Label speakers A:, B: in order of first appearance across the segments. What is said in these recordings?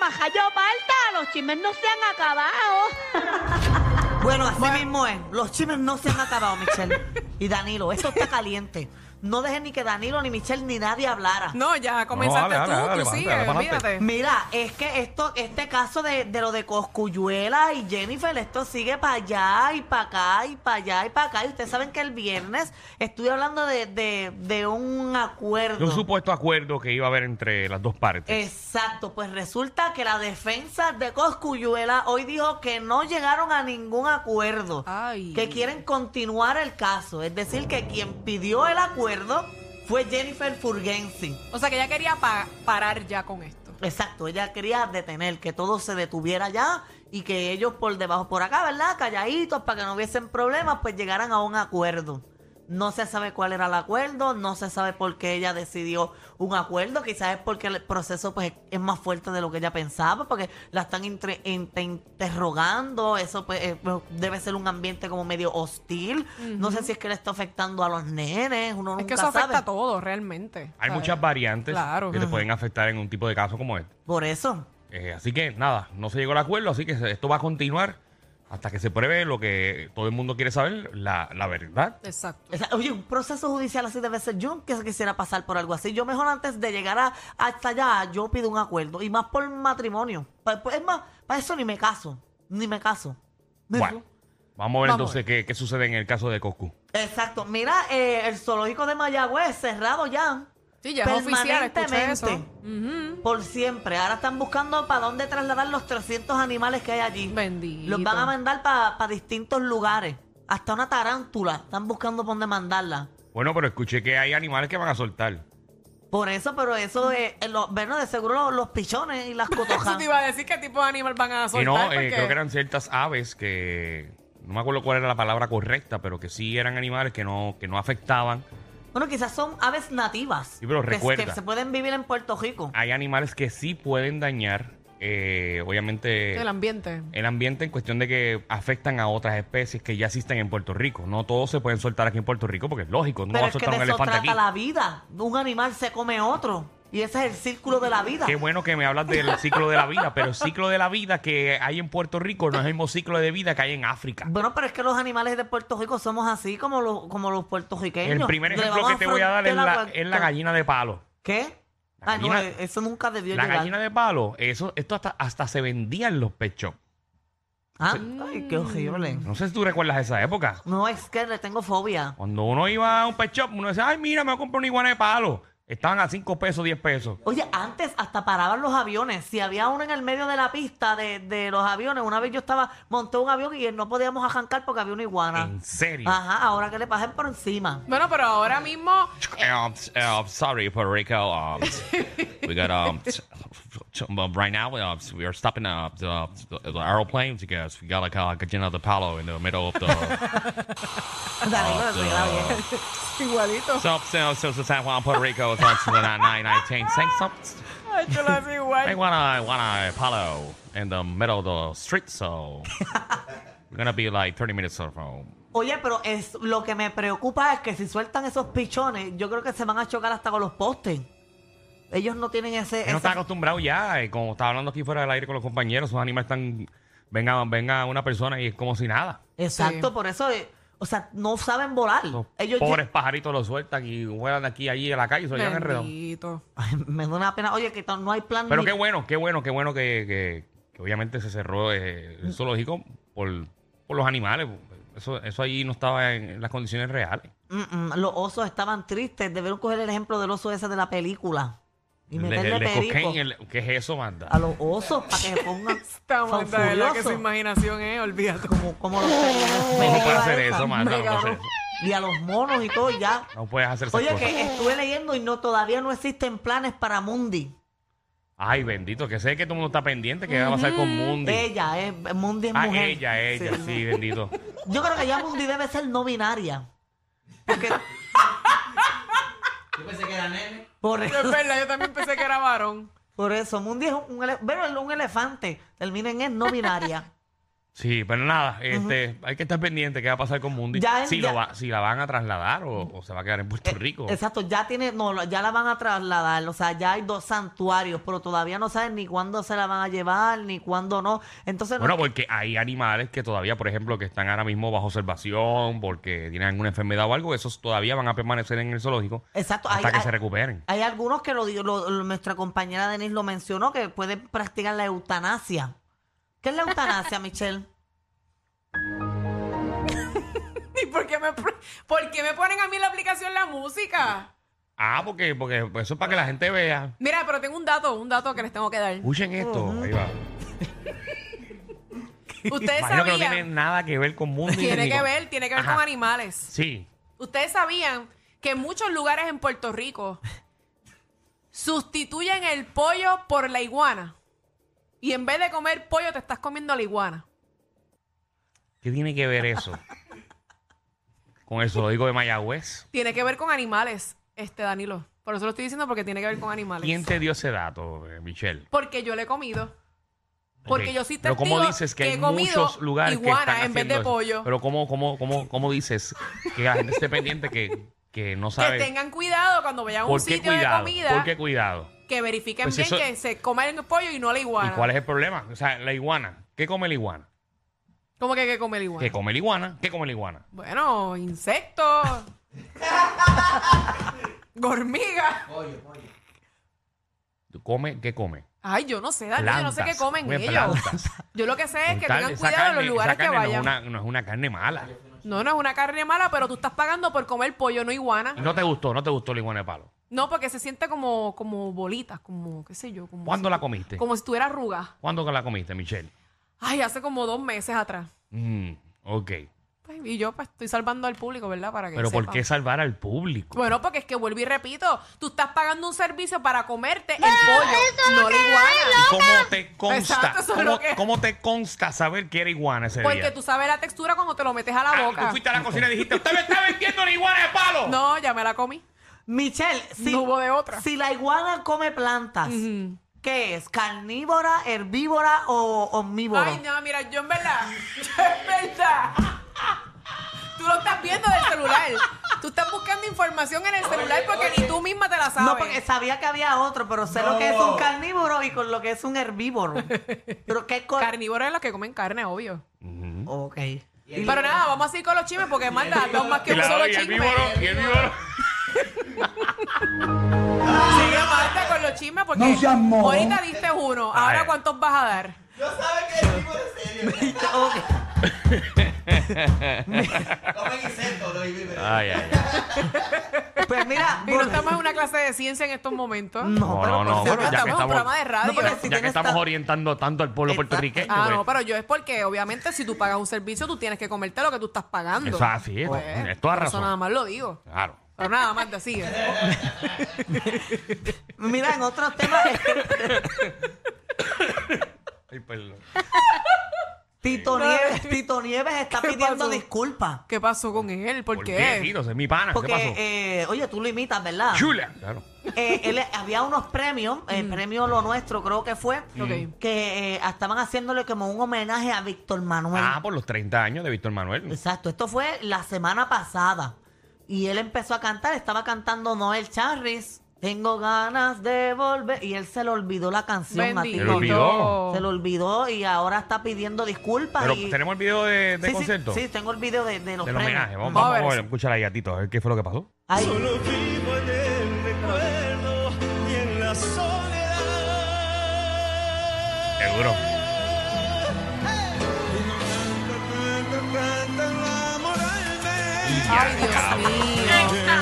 A: majayo palta, los chimes no se han acabado.
B: Bueno, así mismo es. Los chimes no se han acabado, Michelle. Y Danilo, esto está caliente. No dejes ni que Danilo, ni Michelle, ni nadie hablara.
C: No, ya comenzaste tú,
D: dale, dale, dale,
C: tú
D: levántate,
C: sigue,
D: levántate.
C: olvídate.
B: Mira, es que esto, este caso de, de lo de Coscuyuela y Jennifer, esto sigue para allá y para acá y para allá y para acá. Y ustedes saben que el viernes estuve hablando de, de, de un acuerdo.
D: De un supuesto acuerdo que iba a haber entre las dos partes.
B: Exacto, pues resulta que la defensa de Coscuyuela hoy dijo que no llegaron a ningún acuerdo,
C: Ay.
B: que quieren continuar el caso, es decir, que quien pidió el acuerdo fue Jennifer Furgensi.
C: O sea que ella quería pa- parar ya con esto.
B: Exacto, ella quería detener, que todo se detuviera ya y que ellos por debajo, por acá, ¿verdad? Calladitos, para que no hubiesen problemas, pues llegaran a un acuerdo. No se sabe cuál era el acuerdo, no se sabe por qué ella decidió un acuerdo, quizás es porque el proceso pues es más fuerte de lo que ella pensaba, porque la están intre- inte- interrogando, eso pues, eh, pues, debe ser un ambiente como medio hostil, no sé si es que le está afectando a los nenes, uno
C: Es
B: nunca
C: que eso afecta
B: sabe.
C: a todo, realmente.
D: Hay
C: ¿sabes?
D: muchas variantes
C: Claro.
D: que te
C: Ajá.
D: pueden afectar en un tipo de caso como este.
B: Por eso,
D: Eh, así que nada, no se llegó al acuerdo, así que se- esto va a continuar hasta que se pruebe lo que todo el mundo quiere saber, la, la verdad.
C: Exacto.
B: O sea, Oye, un proceso judicial así debe ser. Yo nunca quisiera pasar por algo así. Yo mejor antes de llegar a- hasta allá, yo pido un acuerdo. Y más por matrimonio. Pa- pa- Es más, para eso ni me caso. Ni me caso. Me-
D: Bueno, vamos a
C: Vamos
D: ver
C: a
D: entonces qué, qué sucede en el caso de Coscu.
B: Exacto. Mira, eh, el zoológico de Mayagüez cerrado ya.
C: Sí, ya es oficial, escuché eso.
B: Permanentemente. Por siempre. Ahora están buscando para dónde trasladar los 300 animales que hay allí.
C: Bendito.
B: Los van a mandar para distintos lugares. Hasta una tarántula. Están buscando por dónde mandarla.
D: Bueno, pero escuché que hay animales que van a soltar.
B: Por eso, pero eso es. eh, lo- bueno, de seguro lo- los, pichones y las
C: Eso
B: cotojas.
C: te iba a decir qué tipo de animal van a soltar.
D: Y no, eh,
C: porque-
D: creo que eran ciertas aves que no me acuerdo cuál era la palabra correcta, pero que sí eran animales que no, que no afectaban.
B: bueno, quizás son aves nativas.
D: Sí, pero
B: que-
D: recuerda. Ah,
B: Que, se pueden vivir en Puerto Rico.
D: Hay animales que sí pueden dañar, eh, obviamente,
C: El ambiente.
D: el ambiente en cuestión de que afectan a otras especies que ya existen en Puerto Rico. No todos se pueden soltar aquí en Puerto Rico porque es lógico, no
B: pero
D: vas a
B: es que
D: soltar
B: de
D: un
B: eso
D: elefante
B: trata
D: aquí.
B: la vida. Un animal se come otro. Y ese es el círculo de la vida.
D: Qué bueno que me hablas del ciclo de la vida, pero el ciclo de la vida que hay en Puerto Rico no es el mismo ciclo de vida que hay en África.
B: Bueno, pero es que los animales de Puerto Rico somos así como los, como los puertorriqueños.
D: El primer
B: Le
D: ejemplo
B: vamos
D: que te voy a dar es
B: frontear
D: la,
B: la-
D: es la gallina de palo.
B: ¿Qué?
D: La
B: Ay, no,
D: gallina-
B: eh, eso nunca debió
D: La
B: llegar.
D: gallina de palo, eso, esto hasta, hasta se vendía en los pechos.
B: Ah, Ay, qué horrible.
D: No sé si tú recuerdas esa época.
B: No, es que le tengo fobia.
D: Cuando uno iba a un pet shop, uno decía, ay, mira, me voy a comprar una iguana de palo. Estaban a 5 pesos, 10 pesos.
B: Oye, antes hasta paraban los aviones. Si había uno en el medio de la pista de, de los aviones, una vez yo estaba, monté un avión y no podíamos arrancar porque había una iguana.
D: En serio.
B: Ajá, ahora que le pasen por encima.
C: Bueno, pero ahora mismo
D: Um, um, sorry, Puerto Rico. Um, we got um, but right now uh, we are stopping uh, the, the, the aeroplanes because we got like a gallina de palo in the middle of the.
B: Danilo,
D: Ah,
B: mira bien.
C: igualito.
D: so, so, so, so San Juan, Puerto Rico. So, so, the nine, nineteen, sing something.
C: Ay, yo lo hago
D: I
C: igual.
D: wanna, I wanna Apollo in the middle of the street, so we're gonna be like 30 minutes um, or so.
B: Oye, pero es, lo que me preocupa es que si sueltan esos pichones, yo creo que se van a chocar hasta con los postes. Ellos no tienen ese...
D: No
B: ese-
D: está acostumbrado ya, eh, como estaba hablando aquí fuera del aire con los compañeros, esos animales están. Venga, venga una persona y es como si nada.
B: Exacto,
C: Sí.
B: por eso... eh, o sea, no saben volar.
D: Los
B: Ellos
D: pobres pajaritos los sueltan y vuelan de aquí a allí a la calle y se lo llevan enredado.
C: Bendito.
B: Ay, me da una pena. Oye, que to- no hay plan
D: Pero
B: ni-
D: qué bueno, qué bueno, qué bueno que, que- que obviamente se cerró eh, el zoológico por, por los animales. pues, Eso, eso ahí no estaba en las condiciones reales.
B: Mm, mm, los osos estaban tristes. Debieron coger el ejemplo del oso ese de la película. Y
D: Le-
B: meterle
D: le
B: perico
D: cocaine, el- ¿Qué es eso, Manda?
B: a los osos para que se pongan
C: Esta
B: son
C: maldad, de verdad que su
B: furiosos,
C: imaginación es, olvídate.
B: como, como los felinos.
D: No
B: Me
D: puedes
B: lleva
D: hacer
B: esa.
D: eso, Marta. No,
C: mega
D: puedes hacer
C: roja.
D: eso.
B: Y a los monos y todo ya.
D: No puedes hacer esas
B: Oye,
D: cosas.
B: que estuve leyendo y no todavía no existen planes para Mundi.
D: Ay, bendito, que sé que todo el mundo está pendiente. ¿Qué va a pasar con Mundi?
B: Ella es Mundi es
D: ah,
B: mujer.
D: ella, ella, sí, bendito.
B: Yo creo que ya Mundi debe ser no binaria. Porque
E: Yo pensé que era nene.
B: por
C: Es
B: eso,
C: verdad, yo también pensé que era varón.
B: por eso Mundi es un, ele- bueno, un elefante. Terminen en no binaria.
D: Sí, pero nada, este, hay que estar pendiente qué va a pasar con Mundi.
B: Ya en-
D: si,
B: ya- Eh,
D: lo va- si la van a trasladar o, o se va a quedar en Puerto Rico.
B: Exacto, ya tiene, no, ya la van a trasladar, o sea, ya hay dos santuarios, pero todavía no saben ni cuándo se la van a llevar, ni cuándo no. Entonces, no-
D: Bueno, porque hay animales que todavía, por ejemplo, que están ahora mismo bajo observación porque tienen alguna enfermedad o algo, esos todavía van a permanecer en el zoológico
B: exacto, hay,
D: hasta que
B: hay-
D: se recuperen.
B: hay algunos que lo, di- lo- lo- nuestra compañera Denise lo mencionó, que pueden practicar la eutanasia. ¿Qué es la eutanasia, Michelle?
C: ¿Y por qué, me, pr- por qué me ponen a mí en la aplicación la música?
D: Ah, porque, porque eso es para que la gente vea.
C: Mira, pero tengo un dato, un dato que les tengo que dar.
D: Escuchen esto. Ahí va.
C: Ustedes
D: Imagino que no tiene
C: sabían.
D: nada que ver con Mundi.
C: Tiene
D: ni
C: que
D: con-
C: ver, tiene que ver
D: Ajá.
C: con animales.
D: Sí.
C: Ustedes sabían que en muchos lugares en Puerto Rico sustituyen el pollo por la iguana. Y en vez de comer pollo, te estás comiendo la iguana.
D: ¿Qué tiene que ver eso? con el zoológico de Mayagüez.
C: Tiene que ver con animales, este Danilo. Por eso lo estoy diciendo porque tiene que ver con animales.
D: ¿Quién te dio ese dato, eh, Michelle?
C: Porque yo le he comido. Porque
D: Ok,
C: yo sí
D: Pero
C: testigo
D: ¿cómo dices que,
C: que
D: hay
C: he comido
D: muchos lugares
C: iguana
D: que están
C: en vez
D: haciendo
C: de
D: eso?
C: pollo?
D: Pero ¿cómo, cómo, cómo, cómo dices que la gente esté pendiente que, que no
C: Que
D: sabe?
C: tengan cuidado cuando vayan a un
D: ¿Por qué
C: sitio
D: cuidado?
C: de comida.
D: ¿Por qué cuidado?
C: Que verifiquen
D: Pues
C: bien
D: eso-
C: que se comen el pollo y no la
D: ¿Y
C: iguana.
D: cuál es el problema? O sea, la iguana. ¿Qué come la iguana?
C: ¿Cómo que que come la iguana?
D: ¿Qué come la iguana? ¿Qué come la iguana?
C: Bueno, insectos. Hormigas.
D: ¿Come? ¿Qué come?
C: Ay, yo no sé, Danilo, yo no sé qué
D: Plantas,
C: comen
D: come
C: ellos.
D: plantas.
C: Yo lo que sé es
D: Con
C: que
D: tal-
C: tengan
D: esa
C: cuidado en los
D: carne-
C: lugares
D: esa
C: que
D: carne
C: vayan.
D: No es, una, no es una carne mala.
C: No, no es una carne mala, pero tú estás pagando por comer pollo, no iguana.
D: Y no te gustó, no te gustó la iguana de palo.
C: No, porque se siente como, como bolitas, como, qué sé yo, como,
D: ¿Cuándo la comiste?
C: como si tuviera arrugas.
D: ¿Cuándo que la comiste, Michelle?
C: Ay, hace como dos meses atrás.
D: Mm, ok.
C: Pues, y yo pues estoy salvando al público, ¿verdad? Para que
D: Pero ¿por
C: sepa.
D: qué salvar al público?
C: Bueno, porque es que vuelvo y repito, tú estás pagando un servicio para comerte el pollo, no la iguana.
D: ¿Y cómo te consta?
C: Exacto, eso es
D: ¿Cómo,
C: lo que-
D: cómo te consta saber que era iguana ese
C: Porque
D: día?
C: tú sabes la textura cuando te lo metes a la
D: Ah,
C: boca.
D: tú fuiste a la cocina y dijiste, ¡Usted me está vendiendo una iguana de palo!
C: No, ya me la comí.
B: Michelle, si,
C: No hubo de otra.
B: si la iguana come plantas, ¿qué es? ¿Carnívora, herbívora o omnívora?
C: Ay, no, mira, yo en verdad, yo en verdad. Tú lo estás viendo del celular. Tú estás buscando información en el celular porque ni tú misma te la sabes.
B: No, porque sabía que había otro, pero sé lo que es un carnívoro y con lo que es un herbívoro. pero qué co-
C: Carnívoros es los que comen carne, obvio.
D: Ujú.
B: Ok.
C: Pero nada, vamos a seguir con los chismes porque más da, dos más que un
D: Claro,
C: solo
D: y el
C: chisme.
D: víboro, y el víboro.
C: Sigue Marta con los chismes porque
E: No seas mojo.
C: ahorita diste uno. Ahora
D: Ay.
C: cuántos vas a dar.
F: No sabe que es tipo de serio.
B: Ok.
F: Comen insectos los víveres.
D: Ay, ay, ay.
B: Pues mira,
C: Y no estamos en una clase de ciencia en estos momentos.
D: No, no, no.
C: si acaso
D: Bueno, ya
C: estamos
D: que
C: en un
D: estamos,
C: programa de radio.
B: No, porque si
D: ya que
B: tienes
D: estamos
B: ta-
D: orientando tanto al pueblo
B: Exacto.
D: puertorriqueño.
C: Ah,
D: pues,
C: no, pero yo es porque obviamente si tú pagas un servicio tú tienes que comerte lo que tú estás pagando.
D: Eso es así,
C: Pues,
D: es- es toda
C: por Eso
D: razón.
C: nada más lo digo.
D: Claro.
C: Pero nada más ¿eh? te sigue.
B: mira, en otros temas,
D: Ay, pues, perdón.
B: Tito Nieves, Tito Nieves está
C: ¿Qué
B: pidiendo
C: pasó?
B: disculpas.
C: ¿Qué pasó con él? ¿Por,
D: ¿Por
C: qué?
D: qué, Tito? Ese Es mi pana. Ah, ¿Qué
B: Porque,
D: pasó?
B: eh, oye, tú lo imitas, ¿verdad?
C: ah.
D: Chula. Claro.
B: Eh, él, había unos premios, el premio Lo Nuestro creo que fue,
C: Mm. Ok.
B: que eh, estaban haciéndole como un homenaje a Víctor Manuel.
D: Ah, por los 30 años de Víctor Manuel.
B: Exacto, esto fue la semana pasada. Y él empezó a cantar, estaba cantando Noel Charris. Tengo ganas de volver. Y él se le olvidó la canción
D: Se
B: a
D: le
B: Tito.
D: olvidó.
B: Se le olvidó y ahora está pidiendo disculpas.
D: Pero
B: y-
D: tenemos el video de, de
B: Sí, sí,
D: concierto.
B: Sí, tengo el video de, de los
D: Del
B: premios.
D: homenaje. Vamos,
C: Vamos a
D: vamos
C: ver
D: a
C: eso.
D: escuchar ahí a Tito, a ver qué fue lo que pasó.
B: Ay,
G: Solo vivo en el recuerdo y en la soledad.
D: Seguro.
G: Canta, canta enamorarme.
C: Ay, Dios mío.
G: Siempre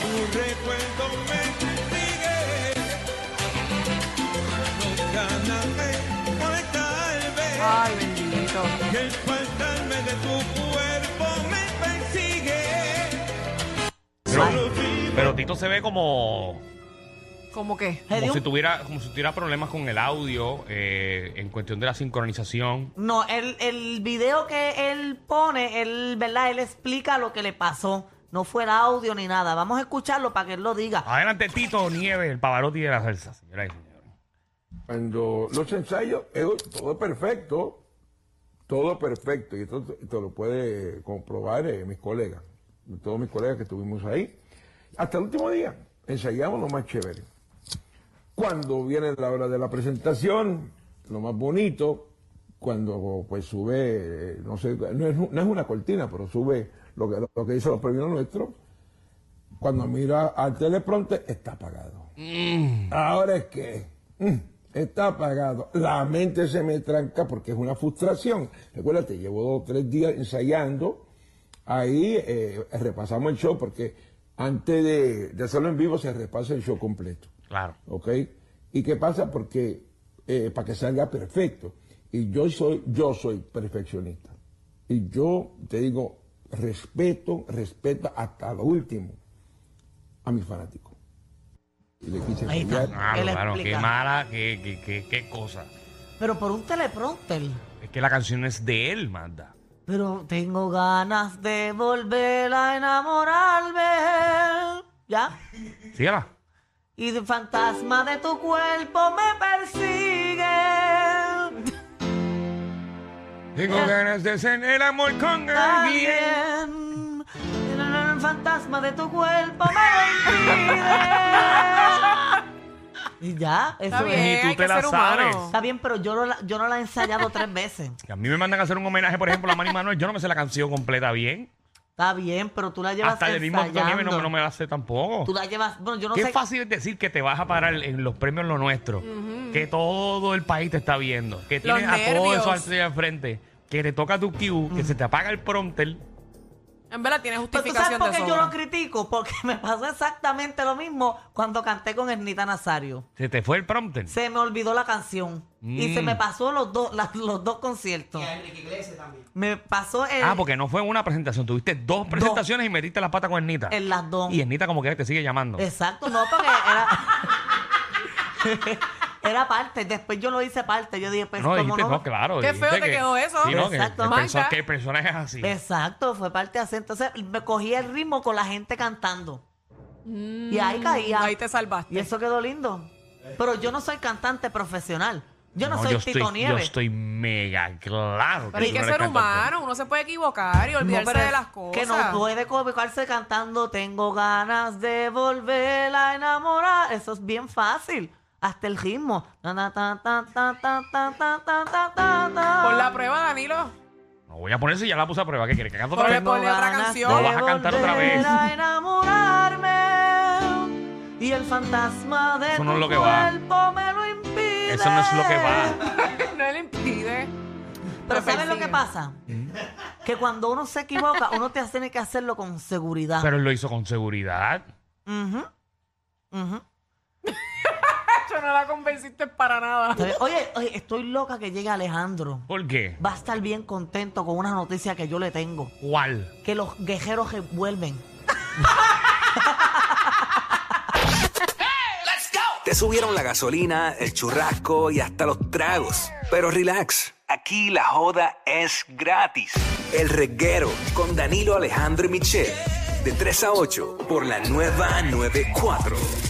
G: tu recuerdo me persigue. Los ganas de conectarme.
C: Ay, bendito.
G: Y el faltarme de tu cuerpo me persigue.
D: Pero,
G: Solo vivo
D: pero Tito se ve como,
C: ¿Cómo qué?
B: le dio
D: como si
B: un-
D: tuviera como si tuviera problemas con el audio eh, en cuestión de la sincronización.
B: No, el, el video que él pone, él, ¿verdad? Él explica lo que le pasó. No fue el audio ni nada. Vamos a escucharlo para que él lo diga.
D: Adelante Tito Nieves, el Pavarotti de la salsa, señoras y señores.
H: Cuando los ensayos, eh, todo es perfecto.
E: todo perfecto. Y esto te te lo puede comprobar eh, mis colegas, todos mis colegas que estuvimos ahí. Hasta el último día ensayamos lo más chévere. Cuando viene la hora de la presentación, lo más bonito, cuando pues sube, eh, no sé, no es, no es una cortina, pero sube lo que, lo que dicen los premios nuestros, cuando mira al teleprompter, está apagado. Ahora es que mm, está apagado. La mente se me tranca porque es una frustración. Recuérdate, llevo dos o tres días ensayando. Ahí eh, repasamos el show porque antes de, de hacerlo en vivo se repasa el show completo.
D: Claro.
E: ¿Ok? ¿Y qué pasa? Porque eh, para que salga perfecto. Y yo soy, yo soy perfeccionista. Y yo te digo, respeto, respeto hasta lo último a mis fanáticos. Y le quise
B: Ahí está.
E: enseñar
D: Claro,
B: Él
D: claro,
B: explica.
D: qué mala, qué, qué, qué, qué cosa.
B: Pero por un teleprompter.
D: Es que la canción es de él, manda.
B: Pero tengo ganas de volver a enamorarme. ¿Ya?
D: Síguela.
B: Y el fantasma de tu cuerpo me persigue.
G: Tengo ganas de hacer el amor con alguien.
B: Alguien. El fantasma de tu cuerpo me persigue. Y ya, eso
C: Está bien,
B: es.
D: Ni tú
C: hay
D: te
C: que
D: la
C: ser humano.
D: sabes.
B: Está bien, pero yo no la, yo no la he ensayado tres veces.
D: Que a mí me mandan a hacer un homenaje, por ejemplo, a Manny Manuel. Yo no me sé la canción completa bien.
B: Está bien, pero tú la llevas
D: Hasta el mismo Tito Nieves
B: ensayando.
D: no, no me la sé tampoco.
B: Tú la llevas, bueno, yo no
D: Qué
B: sé.
D: fácil es decir que te vas a parar en los premios Lo Nuestro, que todo el país te está viendo, que
C: Los
D: tienes a todo
C: nervios.
D: eso hacia al frente, que te toca tu cue, que se te apaga el prompter.
C: En verdad tiene
B: Pero Pues tú sabes
C: justificación
B: por
C: de
B: qué yo
C: sobra.
B: lo critico, porque me pasó exactamente lo mismo cuando canté con Ernita Nazario.
D: Se te fue el prompter.
B: Se me olvidó la canción y se
D: Mm.
B: me pasó los dos las- los dos conciertos.
F: Y a Enrique Iglesias también.
B: Me pasó el,
D: Ah, porque no fue una presentación. Tuviste dos presentaciones y metiste la pata con Ernita.
B: en las dos.
D: Y Ernita como quiera te sigue llamando.
B: Exacto, no, porque era era parte. Después yo lo hice parte. Yo dije, pues,
D: no,
B: ¿cómo
D: dijiste,
B: no?
D: no, claro.
C: Qué
D: dijiste
C: feo te quedó eso.
D: Sí, no, que,
B: Exacto.
D: que
B: Manga.
D: pensó que el personaje es así.
B: Exacto, fue parte así. Entonces me cogí el ritmo con la gente cantando. y ahí caía.
C: Mm, Ahí te salvaste.
B: Y eso quedó lindo. Pero yo no soy cantante profesional. Yo no,
D: No,
B: soy
D: yo
B: Tito
D: estoy, yo
B: Nieves.
D: estoy mega claro.
C: Pero hay
D: tú
C: que
D: no eres
C: ser
D: cantante.
C: humano, uno se puede equivocar y
B: No,
C: olvidarse
B: pero
C: de las
B: es
C: cosas.
B: Que no puede equivocarse cantando Tengo ganas de volver a enamorar. Eso es bien fácil. Hasta el ritmo. Con
C: Por
B: la
C: la prueba, Danilo.
D: No voy a ponerse ya la puse a prueba. ¿Qué quieres? ¿Que cante otra
C: Ponle,
D: vez?
C: ponle otra canción.
D: No, vas a cantar otra vez.
B: a enamorarme. Y el fantasma de
D: Eso no
B: tu
D: es lo que va.
B: cuerpo me lo impide.
D: Eso no es lo que va.
C: no le impide.
B: Pero
C: Me
B: ¿sabes lo que
C: persigue.
B: pasa? Que cuando uno se equivoca, uno te tiene que hacerlo con seguridad.
D: Pero él lo hizo con seguridad.
B: Ujú, ujú.
C: Yo no la convenciste para nada.
B: ¿Sabes? Oye, oye, estoy loca que llegue Alejandro.
D: ¿Por qué?
B: Va a estar bien contento con una noticia que yo le tengo.
D: ¿Cuál?
B: Que los guerreros que vuelven.
H: Te subieron la gasolina, el churrasco y hasta los tragos. Pero relax, aquí la joda es gratis. El reguero con Danilo Alejandro y Michel. De 3 a 8 por la nueva 94.